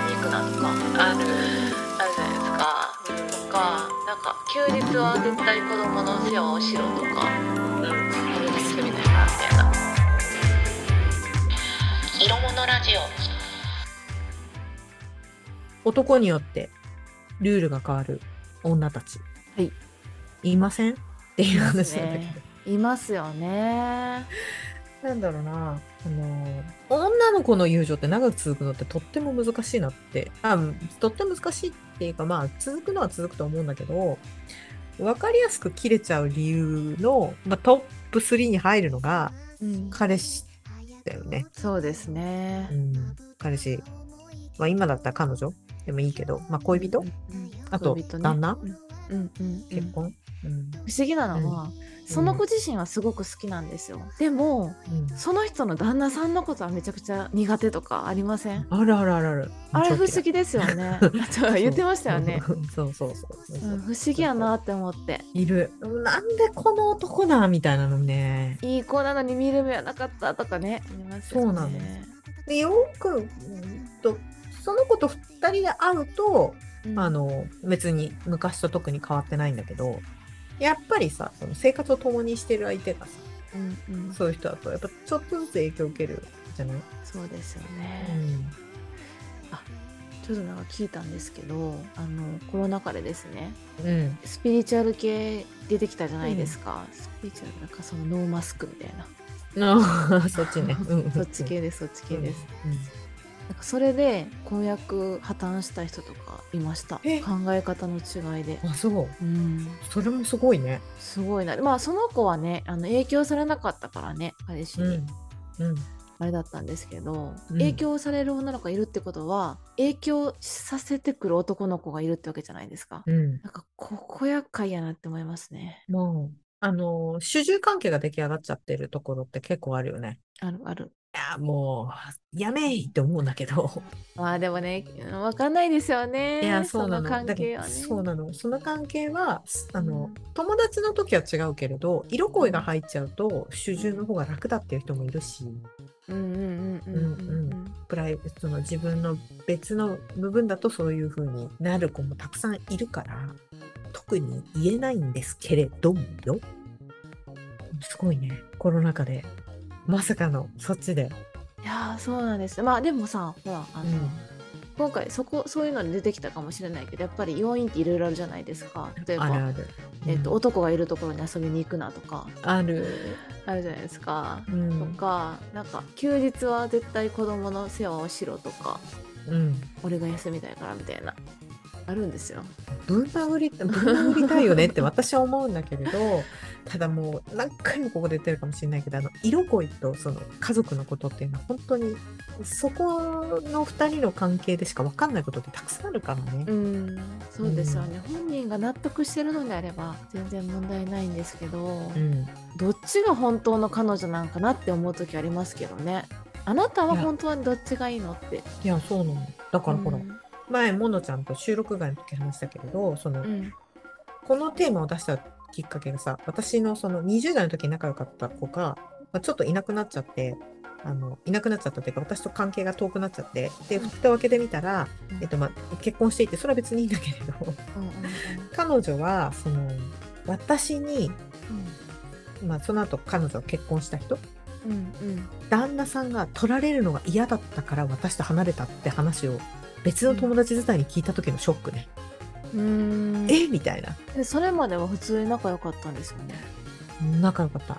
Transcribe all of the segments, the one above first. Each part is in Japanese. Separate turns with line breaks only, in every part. かあるあるじゃないですかとかなんか休日は絶対子供の世話をしろとかうんこれで休みだよなみたいな
色物ラジオ
男によってルールが変わる女たち。
はい。
いませんっていう話なんだけど。
ねいますよね。
なんだろうな。あの、女の子の友情って長く続くのってとっても難しいなって、あ、とっても難しいっていうか、まあ、続くのは続くと思うんだけど、わかりやすく切れちゃう理由の、まあ、トップ3に入るのが、
うん
彼氏だよね。
そうです
う
ね。
ん、彼氏。まあ、今だったら彼女でもいいけど、まあ、恋人
うん
あと
恋人ね
旦那
うんうんうん
結婚うん。
不思議なのは、その子自身はすごく好きなんですよ。でも
うん
その人の旦那さんのことはめちゃくちゃ苦手とかありません
あるあるあるある。
あれ不思議ですよ ね。ちょ言ってましたよね。
そう。そうそうそうそう
うん、不思議やなって思って
いる。なんでこの男なみたいなのね。
いい子なのに見る目はなかったとかねありますよね
そうなのでよくうんとその子と2人で会うと、
うん
あの別に昔と特に変わってないんだけどやっぱりさその生活を共にしてる相手がさ
うんうん、
そういう人だとやっぱちょっとずつ影響を受けるじゃない、
そうですよ
う
ね、
ん
ちょっとなんか聞いたんですけどあのコロナ禍でですね
うん、
スピリチュアル系出てきたじゃないですか、スピリチュアルなんかそのノーマスクみたいな
あ ーそっちね、うん、
そっち系ですそっち系です、
うん、うん
なんかそれで婚約破綻した人とかいました考
え
え方の違いで
あそ
う
う
ん
それもすごいね、
すごいなまあその子はねあの影響されなかったからね彼氏
う
に、
んうん、
あれだったんですけど、
うん
影響される女の子がいるってことは影響させてくる男の子がいるってわけじゃないですか、
うん、
なんかここ厄介やなって思いますね
もうあの主従関係が出来上がっちゃってるところって結構あるよね
あるある
いやもうやめいって思うんだけど
まあでもねわかんないですよね
いやそうなの
その関
だけ
係
ど
はね
そうなのその関係はすあの、
うん
友達の時は違うけれど色恋が入っちゃうと主従の方が楽だっていう人もいるし
うんうんうんうんうんうんうん
プライその自分の別の部分だとそういう風になる子もたくさんいるから特に言えないんですけれどもよすごいねコロナ禍でまさかのそっちで、
いやーそうなんですまあでもさほらあ
う
の、今回そこそういうのに出てきたかもしれないけどやっぱり要因っていろいろあるじゃないですか例えば
あるある、
えっと
うん
男がいるところに遊びに行くなとか
ある、
あるじゃないですか
う、
と
ん
かなんか休日は絶対子供の世話をしろとか
うん、
俺が休みたいからみたいなあるんですよ
ぶん殴りぶ ん殴りたいよねって私は思うんだけれどただもう何回もここで言ってるかもしれないけどあの色恋とその家族のことっていうのは本当にそこの2人の関係でしか分かんないことってたくさんあるからね。
うんそうですよね、本人が納得してるのであれば全然問題ないんですけど、
うん、
どっちが本当の彼女なんかなって思う時ありますけどねあなたは本当はどっちがいいのって
いやそうなのだからほら、
うん
前モノちゃんと収録外の時話したけれどその、
うん
このテーマを出したきっかけがさ私のその20代の時に仲良かった子が、まあ、ちょっといなくなっちゃってあのいなくなっちゃったというか私と関係が遠くなっちゃってで蓋を開けてみたら、
うん
えっとまあ、結婚していてそれは別にいいんだけれど
うんうん
彼女はその私に、
うん
まあ、その後彼女が結婚した人
うんうん
旦那さんが取られるのが嫌だったから私と離れたって話を別の友達自体に聞いた時のショックね、
うん
えみたいな
でそれまでは普通に仲良かったんですよね
仲良かった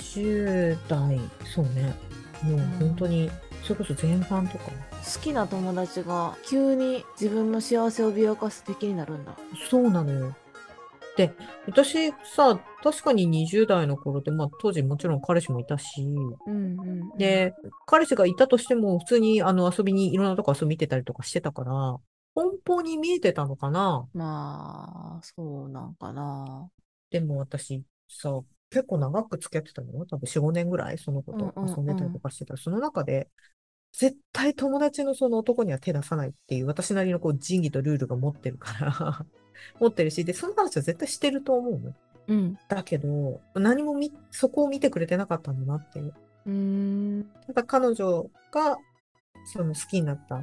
20代そうねもう本当にそれこそ前半とか
好きな友達が急に自分の幸せを美容化す敵になるんだ
そうなのよで私さ確かに20代の頃で、まあ、当時もちろん彼氏もいたし
うんうんうん
で彼氏がいたとしても普通にあの遊びにいろんなとこ遊びに行ってたりとかしてたから奔放に見えてたのかな
まあそうなんかな
でも私さ結構長く付き合ってたのよ多分45年ぐらいその子と遊んでたりとかしてた、その中で絶対友達のその男には手出さないっていう私なりのこう仁義とルールが持ってるから 持ってるしでその話は絶対してると思うの
うん
だけど何もみそこを見てくれてなかったんだなっていう
うーん
ただ彼女がその好きになった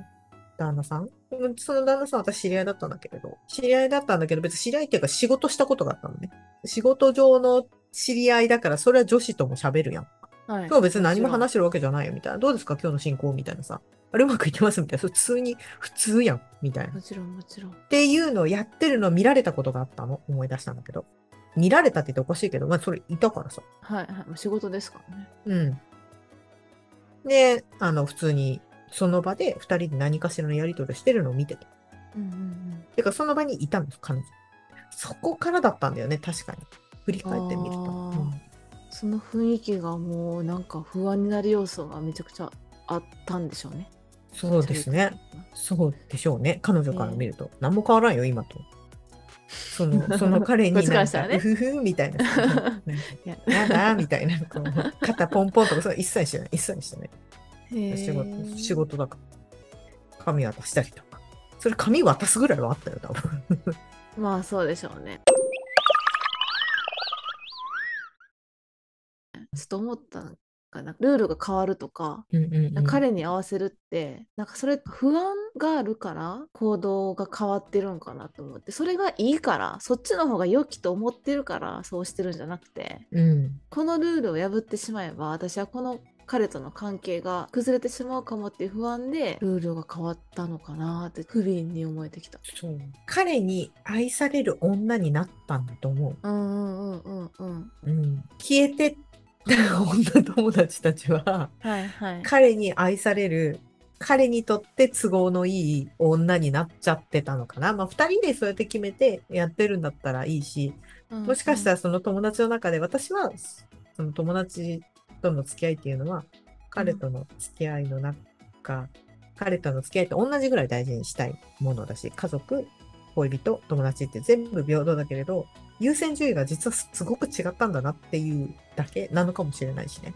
旦那さん。うんその旦那さん私知り合いだったんだけれど、知り合いだったんだけど、別に知り合いっていうか仕事したことがあったのね。仕事上の知り合いだから、それは女子とも喋るやん。
はい、
今日別に何も
ちろん
話してるわけじゃないよみたいな。どうですか今日の進行みたいなさ。あれうまくいってますみたいな。それ普通に、普通やん。みたいな。っ
もちろんもちろん
ていうのをやってるのを見られたことがあったの。思い出したんだけど。見られたって言っておかしいけど、まあそれいたからさ。
はいはいもう仕事ですからね
うん。で、あの、普通に、その場で二人で何かしらのやり取りをしてるのを見てた。
うんうん
てか、その場にいたの、彼女。そこからだったんだよね、確かに。振り返ってみると。
あー
うん
うんその雰囲気がもうなんか不安になる要素がめちゃくちゃあったんでしょうね
そうですね。そうでしょうね。彼女から見ると。何も変わらんよ、今と。そ の、その彼に
こっちから
なん
した
から
ね
うふふみたいな。
いや
やだ、みたいな。こう肩ポンポンとか、そう一切してない。一切してない。 仕
へ
事
ー
仕事だから。紙渡したりとか。それ紙渡すぐらいはあったよ、多分。
まあそうでしょうね。ちょっと思ったのがなんかルールが変わるとか、
うんうんうん、
彼に合わせるってなんかそれ不安があるから行動が変わってるんかなと思ってそれがいいからそっちの方が良きと思ってるからそうしてるんじゃなくて
うん。
このルールを破ってしまえば私はこの彼との関係が崩れてしまうかもっていう不安でルールが変わったのかなって不憫に思えてきた。
そう。彼に愛される女になったんだと思
うんうんうんうんうん。
う。うん。消えてった女友達たちは、
はいはい。
彼に愛される、彼にとって都合のいい女になっちゃってたのかな。まあ、二人でそうやって決めてやってるんだったらいいし、もしかした
ら、
らその友達の中で、私は、その友達との付き合いっていうのは、彼との付き合いの中、彼との付き合いと同じぐらい大事にしたいものだし、家族、恋人、友達って全部平等だけれど、優先順位が実はすごく違ったんだなっていうだけなのかもしれないしね。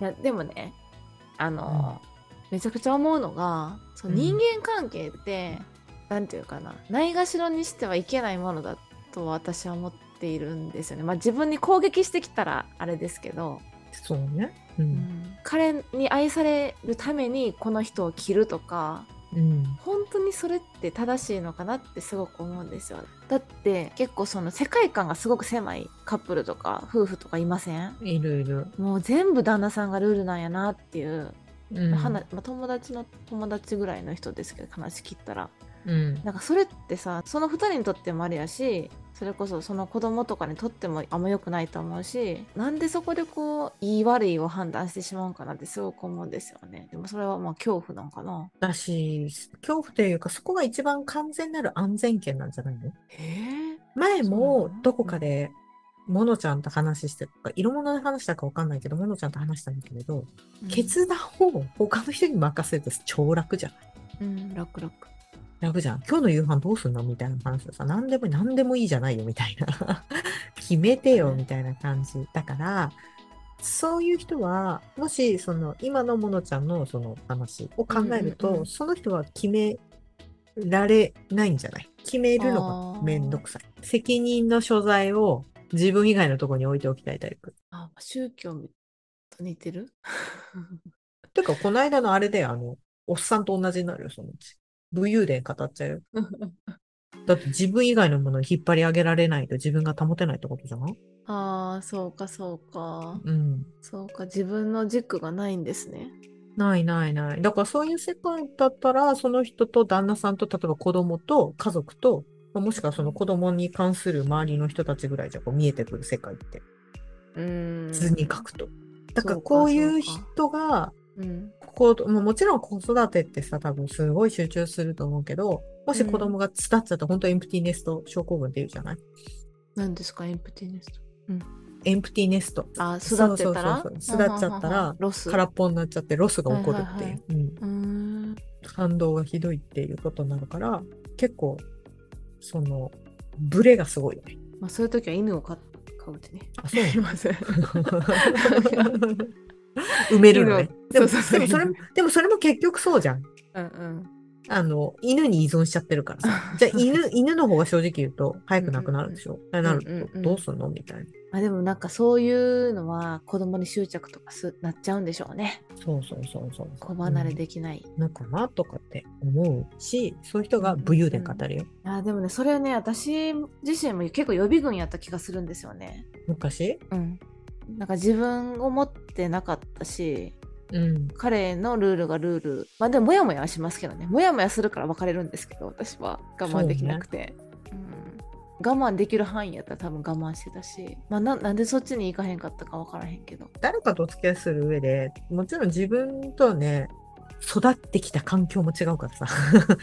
いやでもねあの、めちゃくちゃ思うのがその
うん
人間関係って、なんていうかなないがしろにしてはいけないものだと私は思っているんですよね。まあ自分に攻撃してきたらあれですけど、
そうね。う。
うんん彼に愛されるためにこの人を着るとか
うん。
本当にそれって正しいのかなってすごく思うんですよ。だって結構その世界観がすごく狭いカップルとか夫婦とかいません
いろいろ。
もう全部旦那さんがルールなんやなっていう、
うん
はなまあ、友達の友達ぐらいの人ですけど話聞いたら
うん。
なんかそれってさその2人にとってもあれやしそれこそその子供とかにとってもあんま良くないと思うしなんでそこでこういい悪いを判断してしまうんかなってすごく思うんですよねでもそれはまあ恐怖なんかな
だし、恐怖というか、そこが一番完全なる安全圏なんじゃないの
へえ
前
そう
も
なの
どこかで、モノちゃんと話してたか、色物で話したかわかんないけど、モノちゃんと話したんだけれど、決断を他の人に任せると超楽じゃん。
うん楽楽
楽じゃん。今日の夕飯どうすんのみたいな話でさ、何でもいい、何でもいいじゃないよ、みたいな。 決めてよ、みたいな感じ。だから、そういう人は、もし、その、今のものちゃんのその話を考えると、
うんうんうん
その人は決められないんじゃない決めるの
あ
が
ー
めんどくさい。責任の所在を自分以外のところに置いておきたいタイプ。
あ宗教と似てる
てか、この間のあれで、あの、おっさんと同じになるよ、そのうち。武勇伝語っちゃうよ。だって自分以外のものを引っ張り上げられないと自分が保てないってことじゃん
ああそうかそうか
うん。
そうか自分の軸がないんですね。
ないないない。だからそういう世界だったら、その人と旦那さんと、例えば子供と家族と、まあもしくはその子供に関する周りの人たちぐらいじゃこう見えてくる世界って、
うん
図に書くと。だから
そうか
こうい
そううか
人が、
うん
ここ、もうもちろん子育てってさ、多分すごい集中すると思うけど、もし子供が伝っちゃったら本当エンプティネスト症候群って言うじゃない
何ですかエンプティネスト。
エンプティネスト。
あ育ってたら
そうそうそうそう育っちゃったら
はははロス。
空っぽになっちゃってロスが起こるっていう。
はいはいはい
うん
うーん
感動がひどいっていうことになるから結構そのブレがすごいよね。
まあそういう時は犬を飼飼うってね。
あそうな
すいません。
埋めるのね。で
そ
も
うそうそう
でもそれもでもそれも結局そうじゃん。
うんうん。
あの、犬に依存しちゃってるからさ。じゃあ犬、犬の方が正直言うと、早く亡くなるでしょ。ってな
うん
る
うんう
と、
ん
どうすんのみたいな。
あでもなんかそういうのは子供に執着とかすなっちゃうんでしょうね
そうそうそうそう。
子離れできない、
うん。なんかなとかって思うし、そういう人が武勇伝語るよ。
あでもねそれね私自身も結構予備軍やった気がするんですよね
昔
うんなんか自分を持ってなかったし
うん。
彼のルールがルールまあでもモヤモヤはしますけどねモヤモヤするから別れるんですけど私は我慢できなくてう、ん、我慢できる範囲やったら多分我慢してたし、まあ、ななんでそっちに行かへんかったか分からへんけど
誰かとお付き合いする上で、もちろん自分とね、育ってきた環境も違うからさ、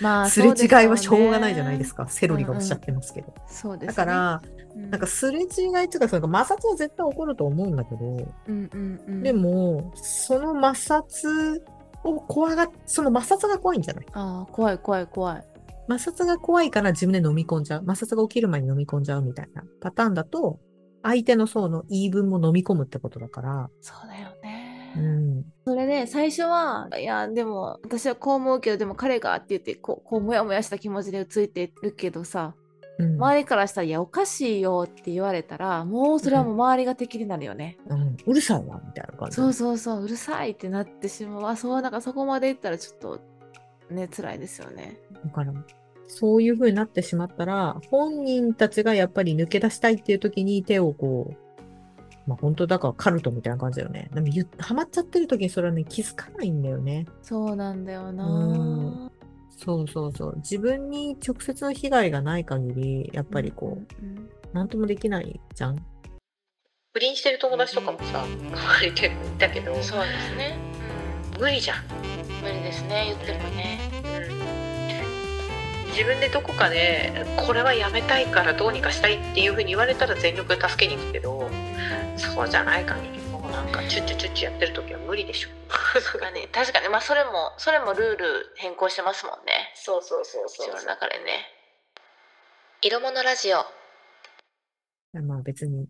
ま あ
すれ違いはしょうがないじゃないです
か
か、セロリがおっしゃってますけど。
そうです、ね、
だから、
う
なんかすれ違いっていうか、その摩擦は絶対起こると思うんだけど、
うんうんうん、
でも、その摩擦を怖がっ、その摩擦が怖いんじゃない
ああ怖い怖い怖い
摩擦が怖いから自分で飲み込んじゃう。摩擦が起きる前に飲み込んじゃうみたいなパターンだと、相手の層の言い分も飲み込むってことだから、
そうだよね、
うん。
それで最初はいやでも私はこう思うけどでも彼がって言ってこうこうモヤモヤした気持ちでついてるけどさ
うん。
周りからしたら「いやおかしいよ」って言われたらもうそれはもう周りが敵になるよね、
うん、うるさいわ、みたいな感じ。
そうそうそううるさいってなってしまうあそうなんかそこまでいったらちょっとね辛いですよね
だから、そういう風になってしまったら、本人たちがやっぱり抜け出したいっていう時に手をこう、まあ本当だからカルトみたいな感じだよね。でも言っ、ハマっちゃってる時にそれはね、気づかないんだよね。
そうなんだよな
うんそうそうそう。自分に直接の被害がない限り、やっぱりこう、、
うんうん
なんともできないじゃん。
不倫してる友達とかもさ周り結構いたけど
そうですね。
無理じゃん
うん、無理ですね。言ってもね。
自分でどこかでこれはやめたいからどうにかしたいっていうふうに言われたら全力で助けに行くけどそうじゃない限りもうなんかチュッチュチュッチュやってる時は無理でしょ
確かに確かにまあそれもそれもルール変更してますもんね。
そうそうそう
自分の中でね。色物ラジオ。
まあ別に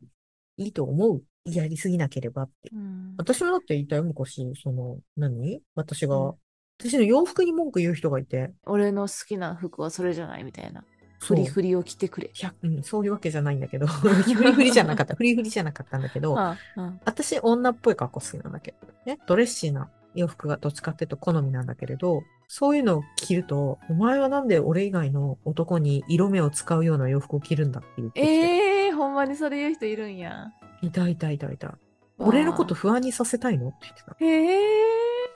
いいと思う。やりすぎなければって。
うん
私もだって言いたい昔、その、何私が、
うん
私の洋服に文句言う人がいて、
俺の好きな服はそれじゃないみたいな
そ
フ
う
リフリを着てくれ
100うん、そういうわけじゃないんだけど、 フリフリじゃなかった。フリフリじゃなかったんだけど、
ああ
私、女っぽい格好好きなんだけど、ね、ドレッシーな洋服がどっちかっていうと好みなんだけれど、そういうのを着ると、お前はなんで俺以外の男に色目を使うような洋服を着るんだって言ってきて、
えー、ほんまにそれ言う人いるんや
いたいたいたいた。俺のこと不安にさせたいのって言ってた。
へえ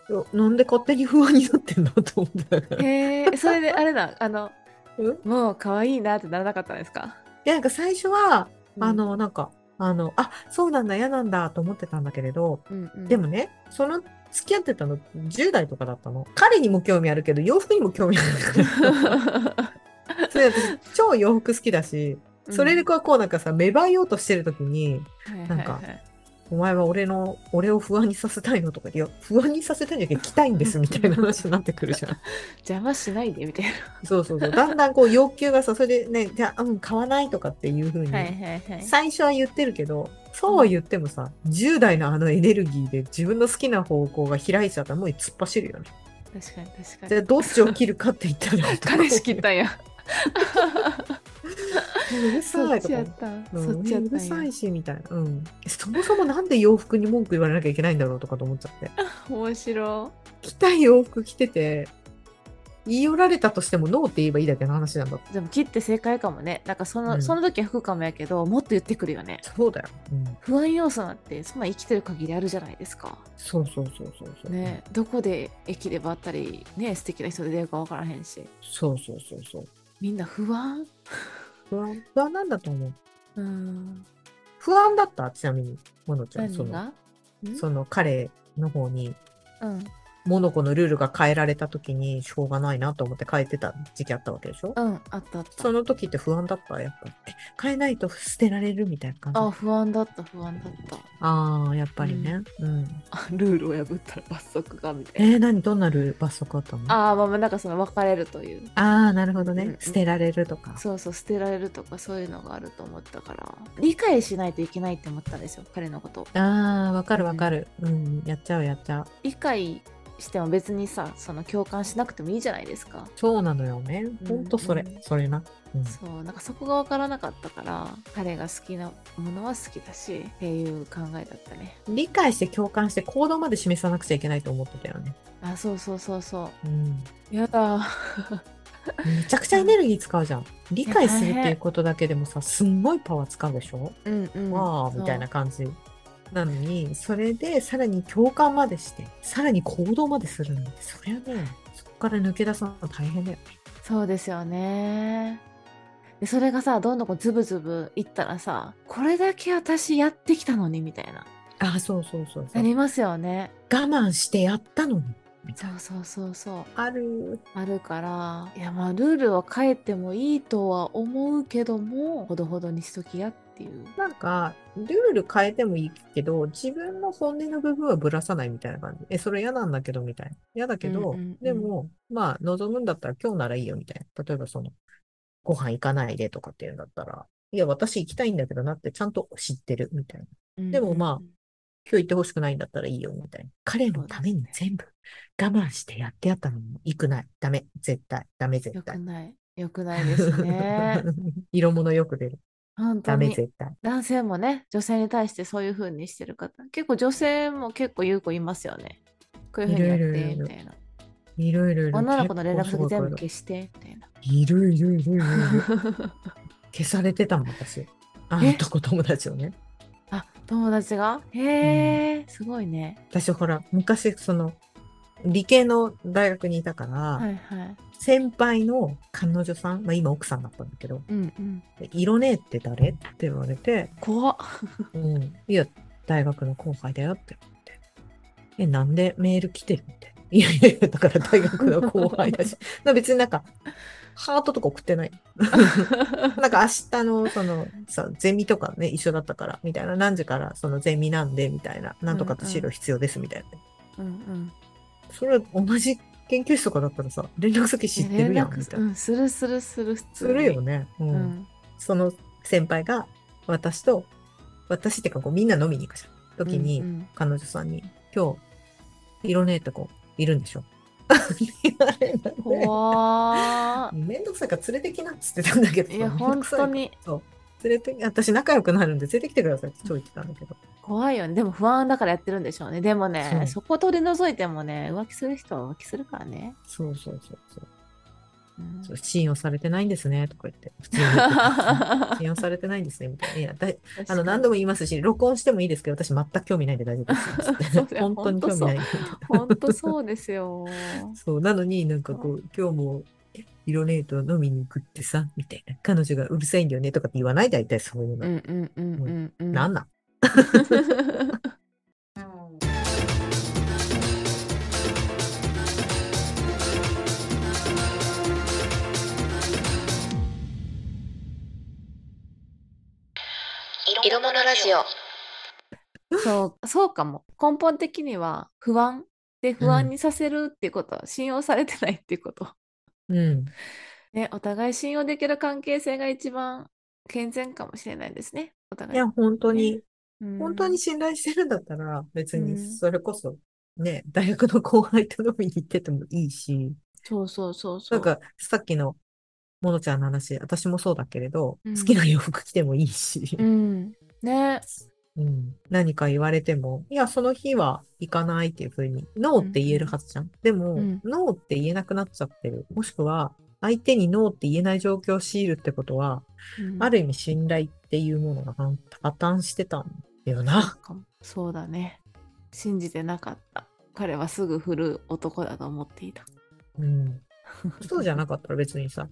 いやなんで勝手に不安になってんのと思ってたから。い
へえそれであれだあの
う
もう可愛いなってならなかったんですか
や、なんか最初は、あ、の、なんか、あの、あ、そうなんだ、嫌なんだと思ってたんだけれど、
うんうん、
でもね、その付き合ってたの10代とかだったの。彼にも興味あるけど、洋服にも興味あるから。それ私、超洋服好きだし、それでこう、こうなんかさ、芽生えようとしてる時に、
うん、はい
なんか
はいはい
お前は俺の、俺を不安にさせたいのとか、いや、不安にさせたいんだけど、着たいん ですみたいな話になってくるじゃん。
邪魔しないでみたい
そうそうそう。だんだんこう、要求がさ、それでね、じゃあ、うん、買わないとかっていう風に、
なはいはいはい
最初は言ってるけど、そうは言ってもさ、10代のあのエネルギーで自分の好きな方向が開いちゃったらもう突っ走るよね。
確かに確か
じゃ
に
あどっちを切るかって言ったら
彼氏切ったんや
うるさ
そっ
いと
ち
か
やったん
うん
そっちやっ
う
た
る
んや
さいしみたいな、うん、そもそもなんで洋服に文句言われなきゃいけないんだろうとかと思っちゃって
面白
着たい洋服着てて言い寄られたとしてもノーって言えばいいだけの話なんだ
いでも切って正解かもねなんかその,、
うん
その時は服かもやけどもっと言ってくるよね
そうだよ、うん、
不安要素なんてそんな生きてる限りあるじゃないですか
そうそうそうそうそう、
ねどこで駅でばったりね素敵な人で出会うか分からへんし
そうそうそうそう
みんな不安
不安不安なんだと思う
うん
不安だったちなみにモノちゃんそ
何
の
が
その彼の方に
うん
モノコのルールが変えられた時にしょうがないなと思って変えてた時期あったわけでしょ、
うんあったあった
その時って不安だったやっぱり。え変えないと捨てられるみたいな感じ。
あ不安だった不安だった
ああ、やっぱりね。うん。
あルールを破ったら罰則がみたいな
えー、何どんなルール罰則あったのあ
あーまあまあなんかその別れるという
あー、なるほどね。
うんうん
捨てられるとか。
そうそう捨てられるとかそういうのがあると思ったから理解しないといけないって思ったんですよ彼のこと
ああ、わかるわかる。うん、やっちゃうやっちゃう。
理解しても別にさその共感しなくてもいいじゃないですか。
そうなのよね。ほんとそれ
うんう、ん
それな。うん
そうなんかそこが分からなかったから彼が好きなものは好きだしっていう考えだったね
理解して共感して行動まで示さなくちゃいけないと思ってたよね。
あそうそうそうそ
うん。
うやだ
めちゃくちゃエネルギー使 うじゃん。理解する
大
っ
変
ていうことだけでもさ、すんごいパワー使うでしょ
うんうん
わあ、
そう
みたいな感じ。なのに、それでさらに共感までして、さらに行動までするなんて、そりゃね、そこから抜け出すの大変だよね。
そうですよねでそれがさどんどんこうズブズブいったらさこれだけ私やってきたのにみたいな
あ、そうそうそうそ
な
う。
り
我
ますよね
慢してやったのに。みた
そ
いな
うそうそうそう
ある。
あるからいやまあルールは変えてもいいとは思うけどもほどほどにしときやっていう
なんか、ルール変えてもいいけど、自分の本音の部分はぶらさないみたいな感じ。え、それ嫌なんだけど、みたいな。嫌だけど、
うんうんうん
でも、まあ、望むんだったら今日ならいいよ、みたいな。例えば、その、ご飯行かないでとかっていうんだったら、いや、私行きたいんだけどなってちゃんと知ってる、みたいな。でもまあ
うん
今日行ってほしくないんだったらいいよ、みたいな。彼のために全部我慢してやってやったのに、行くない。ダメ。絶対。ダメ、絶
よく
対。
ない。よくないですね。
色物よく出る。
本当
ダメ、
に。
絶対。
男性もね、女性に対してそういう風にしてる方。結構女性も結構言う子いますよね。こういう風にや
いるいる
っ
い
て、
る
みたいな。
いろいろいる。
女の子の連絡
結構
先
す
全
ごい
部消して、みたいな。
いるいるいるいるいる。 消されてたもん、私。あの
え
とこ友達をね。
あ、友達がへえ、すごいね。
私、ほら、昔、その、理系の大学にいたから、
はいはい。
先輩の彼女さん、まあ今奥さんだったんだけど、
うんうん。
で色ねえって誰って言われて、
怖っ。
うん、いや、大学の後輩だよって思って。え、なんでメール来てるって。いやいやいや、だから大学の後 輩だし。な別になんか、ハートとか送ってない。 なんか明日のそのさゼミとかね一緒だったからみたいな何時からそのゼミなんでみたいななんとかと資料必要ですみたいな、
うんうん。
それ同じ研究室とかだったらさ連絡先知ってるやん
連絡
みた
す
いな、
うん、するするする、普
す
通に
るよ。ね、うん
うん。
その先輩が私と私っていうかこうみんな飲みに行くじゃん時に、
うんうん
彼女さんに「今日色ねえとこいるん でしょ」って言われたんで
怖っ。
めんどくさいから連れてきなっつってたんだけど
いや、
めんど
本
く さいか
当
ら
に
そう。連れて、私仲良くなるんで連れてきてくださいって超言ってたんだけど。
怖いよね。でも不安だからやってるんでしょうね。でも
そう
ね、そこ取り除いてもね、浮気する人は浮気するからね。
そうそうそうそう
うん
そう。信用されてないんですね、とか言って。普通に言 ってた信用されてないんですね、みたいな。いや、だいあの、何度
も。
も言いますし、録音してもいいですけど、私全く興味ないんで大丈夫 です
そうだ
って。
よ
本当に興味ないんで。
本当そうですよ。
そう。なのになんかこう、今日も、え色ねえと飲みに行くってさ、みたいな。彼女がうるさいんだよね、とかって言わない大体 そういう
う
の。
んうんうんうんうん。
なんなん
色物ラジオ
そう、そうかも。根本的には不安。で、不
うん
安にさせるっていうことは、信用されてないっていうこと。
うん。
ね、お互い信用できる関係性が一番健全かもしれないですね。お
い
互い
や、。本当に、
うん
本当に信頼してるんだったら、別
う
に
ん
それこそ、ね、大学の後輩と飲みに行っててもいいし、
そうそうそうそ
なん
う。
かさっきのものちゃんの話、私もそうだけれど、
うん
好きな洋服着てもいいし
う、ん。ね。
うん何か言われても、いや、その日は行かないっていうふうに、ノーって言えるはずじゃん。でも、
うん
ノーって言えなくなっちゃってる。もしくは、相手にノーって言えない状況を強いるってことは、
うん
ある意味信頼っていうものが破綻してたんだよな。
かもそうだね信じてなかった彼はすぐ振る男だと思っていた
うん、そうじゃなかったら別に さ、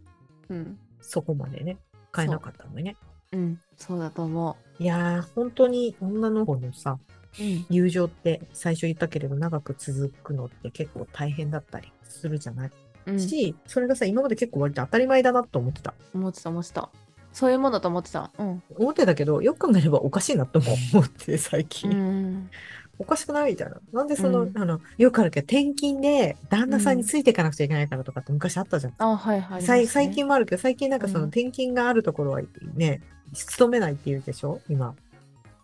うん
そこまでね、買えなかったのにね。
うんそうだと思
いやー、本当に女の子のさ、
う、うん、
友情って最初言ったけれど長く続くのって結構大変だったりするじゃない、
うん
し、それがさ、今まで結構割と当たり前だなと思ってた。
思ってた思ってたそういうものだと思ってたうん、
思ってたけど、よく考えればおかしいなとも思って、最
う
近。
ん、
おかしくないみたいな。なんでその、
うん
あの、よくあるけど、転勤で旦那さんについていかなくちゃいけないからとかって昔あったじゃん。
あはいはい、
さ
あ
い
りますね
最近もあるけど、最近なんかそ
うん
の転勤があるところはね、勤めないって言うでしょ今。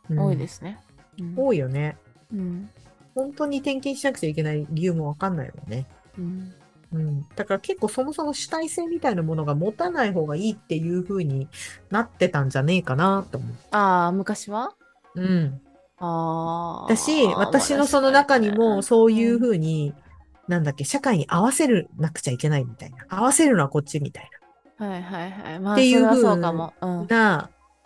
うん
多いですね、うん
多いよね。
うん
本当に転勤しなくちゃいけない理由もわかんないよね。
うん
うん。だから結構そもそも主体性みたいなものが持たない方がいいっていう風になってたんじゃねえかなと思
ああ昔は
う。うん。
ああ
だし、私のその中にもそういう風に、なんだっけ、社会に合わせるなくちゃいけないみたいな。合わせるのはこっちみたい
はいはいはいまあ
っていう
それは
風
そうかも、うん、うん
な、な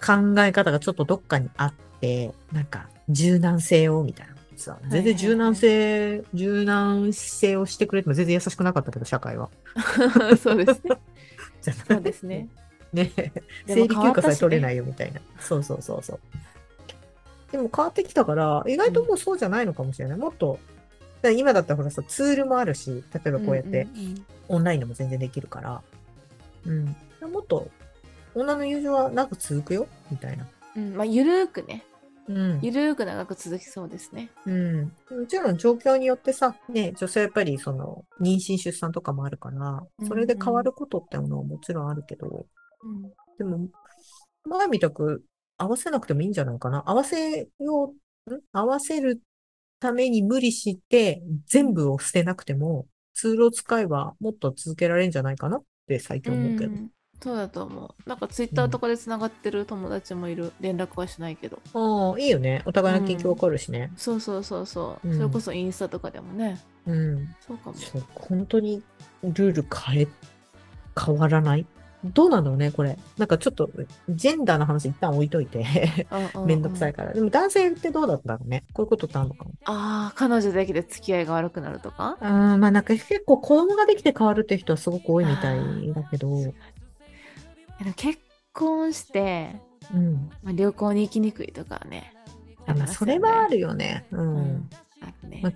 考え方がちょっとどっかにあって、なんか柔軟性をみたいな。さ
いはい
全然柔軟性、柔軟性をしてくれても全然優しくなかったけど、社会は。
そうですねそうですね
ね
で
生
も
理
変わっ
休
た
暇
しね
さえ取れないよみたいな。そうそうそうそう。でも変わってきたから、意外ともうそうじゃないのかもしれない。もっと、だから今だったらほらさ、ツールもあるし、例えばこうやって
んうんうん
オンラインでも全然できるから、うん。もっと、女の友情はなんか続くよみたいな。
うんまあゆるーくね
うん。
ゆるーく長く続きそうですね
うん。もちろん状況によってさ、ね、女性はやっぱりその、妊娠出産とかもあるから、それで変わることってものはもちろんあるけど、
うん
でも、前みたく合わせなくてもいいんじゃないかな。合わせよう、ん合わせるために無理して全部を捨てなくても、ツールを使えばもっと続けられるんじゃないかなって最近思うけど。
んそうだと思うなんかツイッターとかでつながってる友達もいる、連絡はしないけど
ああ、いいよね。お互いの近況わかるしね。
そうそうそうそう、
うん
それこそインスタとかでもね
うん。
そうかも
そう、本当にルール変え、変わらないどうなんだろうね、これ。なんかちょっと、ジェンダーの話一旦置いといて、めんどくさい
あ
から。でも男性ってどうだったろうね。こういうことってあるのかも。
あー彼女だけで付き合いが悪くなるとか
うん、まあなんか結構子供ができて変わるって人はすごく多いみたいだけど、
確かにでも結婚して、
うん。
まあ、旅行に行きにくいとかね
あまあそれはあるよね。う。
うんんあるね
まあ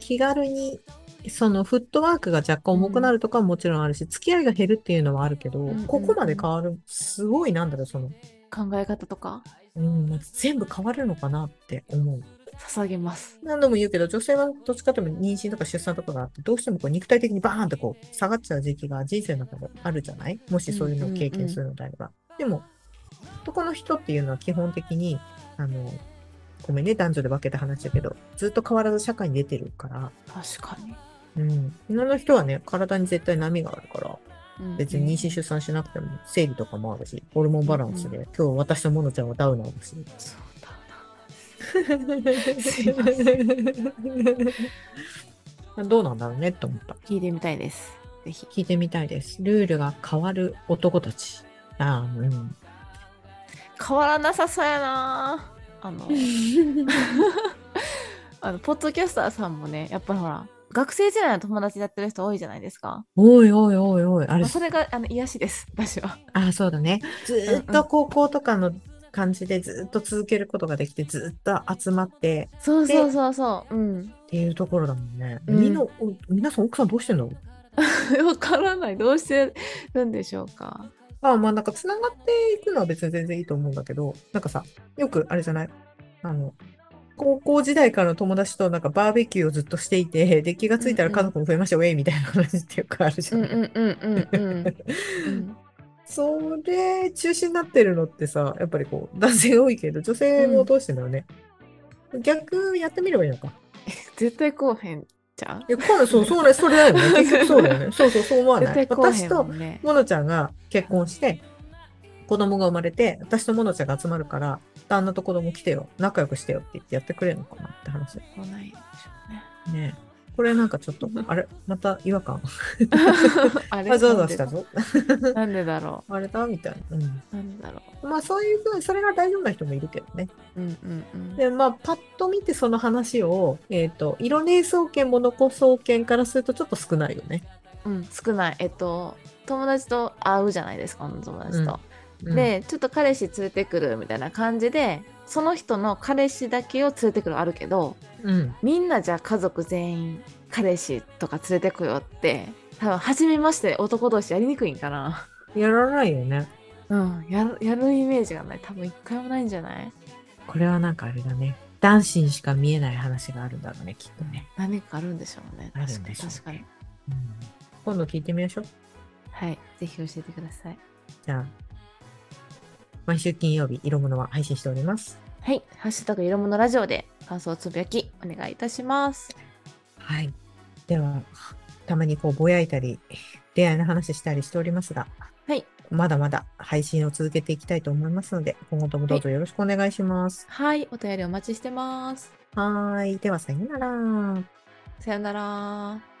気軽に、そのフットワークが若干重くなるとかはもちろんあるし、付き合いが減るっていうのはあるけど、
んうんうん
ここまで変わる、すごいなんだろう、その、
考え方とか
うん、なんか全部変わるのかなって思う。
捧げます
何度も言うけど、女性はどっちかというと妊娠とか出産とかがあって、どうしてもこう肉体的にバーンってこう下がっちゃう時期が人生の中であるじゃないもしそういうのを経験するのであれば。でも、男の人っていうのは基本的に、あの、ごめんね、男女で分けた話だけど、ずっと変わらず社会に出てるから、
確かに、
うん。女の人はね、体に絶対波があるから、
うん
別に妊娠出産しなくても生理とかもあるし、ホルモンバランスで、今日私とモノちゃんはダウナーだし。
そうだな
す
いま
どうなんだろうねって思った。
聞いてみたいですぜひ
聞いてみたいです。ルールが変わる男たち。ああ、 うん。
変わらなさそうやなあのあのポッドキャスターさんもねやっぱりほら学生時代の友達でやってる人多いじゃないですか、
おいおいおいおい、あれ
まあ、、それがあの癒しです私は
ああ、そうだね。ずーっと高校とかの感じでずーっと続けることができて、ずーっと集まって
そうそうそうそううん
っていうところだもんね。
うん
みんな、お皆さん奥さんどうしてんの
わからないどうしてるんでしょうか
ああ、まあなんか繋がっていくのは別に全然いいと思うんだけど、なんかさ、よくあれじゃないあの、高校時代からの友達となんかバーベキューをずっとしていて、 で、気がついたら家族も増えました、ウェイみたいな話ってよくあるじゃ
うん
な
う
い、
んうんうんうん、うん、
それ中心になってるのってさ、やっぱりこう、男性多いけど、女性もどうしてんだろうね。逆やってみればいいのか。
絶対こうへんじゃん
いや、こうそう、そうね、それだよね。結局そうだよね。そうそう、そう思わ
絶
な
対
い。
こうへ
私
んも
と
んね
モノちゃんが結婚して、子供が生まれて、私とモノちゃんが集まるから、旦那と子供来てよ、仲良くしてよって言ってやってくれるのかなって話。
来ないでしょうね
ねえこれなんかちょ っと、あれまた違和感。
あれ
あ、ざわざわしたぞ。
なんでだろ
あれだみたいな。う
うなんでだろ
ん。まあそういう分、それが大丈夫な人もいるけどね。
ううんうんうん
で、まあ、パッと見てその話を、えっ、と、色ねえ総研、モノコ総研からするとちょっと少ないよね。
うん、少ない。えっと、友達と会うじゃないですか、女の友達と。
うん、
で、ちょっと彼氏連れてくるみたいな感じで、その人の彼氏だけを連れてくるあるけど、
うん。
みんなじゃあ家族全員、彼氏とか連れてくよって、多分、初めまして男同士やりにくいんかな。
やらないよね。
うん、やる、やるイメージがない。多分、一回もないんじゃない
これはなんかあれだね。男子にしか見えない話があるんだろうね、きっとね。
何かあるんでしょうね。
あるん
確か
で
に、
しょうね
確かに。
うん、今度聞いてみましょう。
はい。ぜひ教えてください。
じゃあ、毎週金曜日、色物は配信しております。
はい。ハッシュタグ、色物ラジオで感想つぶやきお願いいたします。
はい。では、たまにこうぼやいたり、恋愛の話したりしておりますが、
はい。
まだまだ配信を続けていきたいと思いますので、今後ともどうぞよろしくお願いします。
はい、お便りお待ちしてます。
はーい。では、さようなら。
さよなら。